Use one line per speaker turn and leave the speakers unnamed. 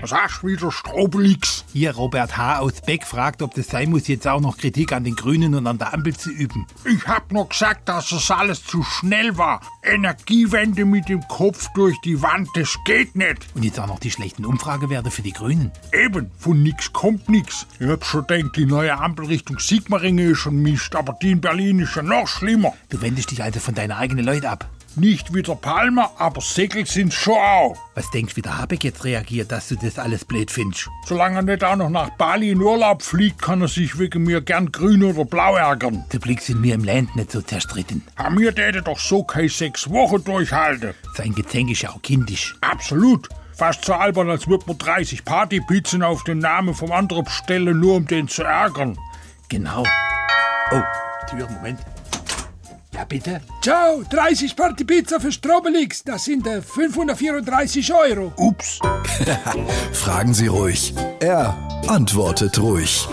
Was hast du wieder, Strobelix?
Hier Robert H. aus Beck fragt, ob das sein muss, jetzt auch noch Kritik an den Grünen und an der Ampel zu üben.
Ich hab nur gesagt, dass es alles zu schnell war. Energiewende mit dem Kopf durch die Wand, das geht nicht.
Und jetzt auch noch die schlechten Umfragewerte für die Grünen.
Eben, von nix kommt nix. Ich hab schon gedacht, die neue Ampel Richtung Sigmaringen ist schon Mist, aber die in Berlin ist ja noch schlimmer.
Du wendest dich also von deinen eigenen Leuten ab.
Nicht wieder Palmer, aber Segel sind schon auch.
Was denkst du, wie der Habeck jetzt reagiert, dass du das alles blöd findest?
Solange er nicht auch noch nach Bali in Urlaub fliegt, kann er sich wegen mir gern grün oder blau ärgern.
Du blickst in mir im Land nicht so zerstritten.
Haben wir täte doch so keine sechs Wochen durchhalten.
Sein Gezänk ist ja auch kindisch.
Absolut. Fast so albern, als würde man 30 Partypizzen auf den Namen vom anderen bestellen, nur um den zu ärgern.
Genau. Oh, Tür, Moment. Ja, bitte?
Ciao, 30 Party Pizza für Strobelix, das sind äh, 534 Euro.
Ups.
Fragen Sie ruhig. Er antwortet ruhig.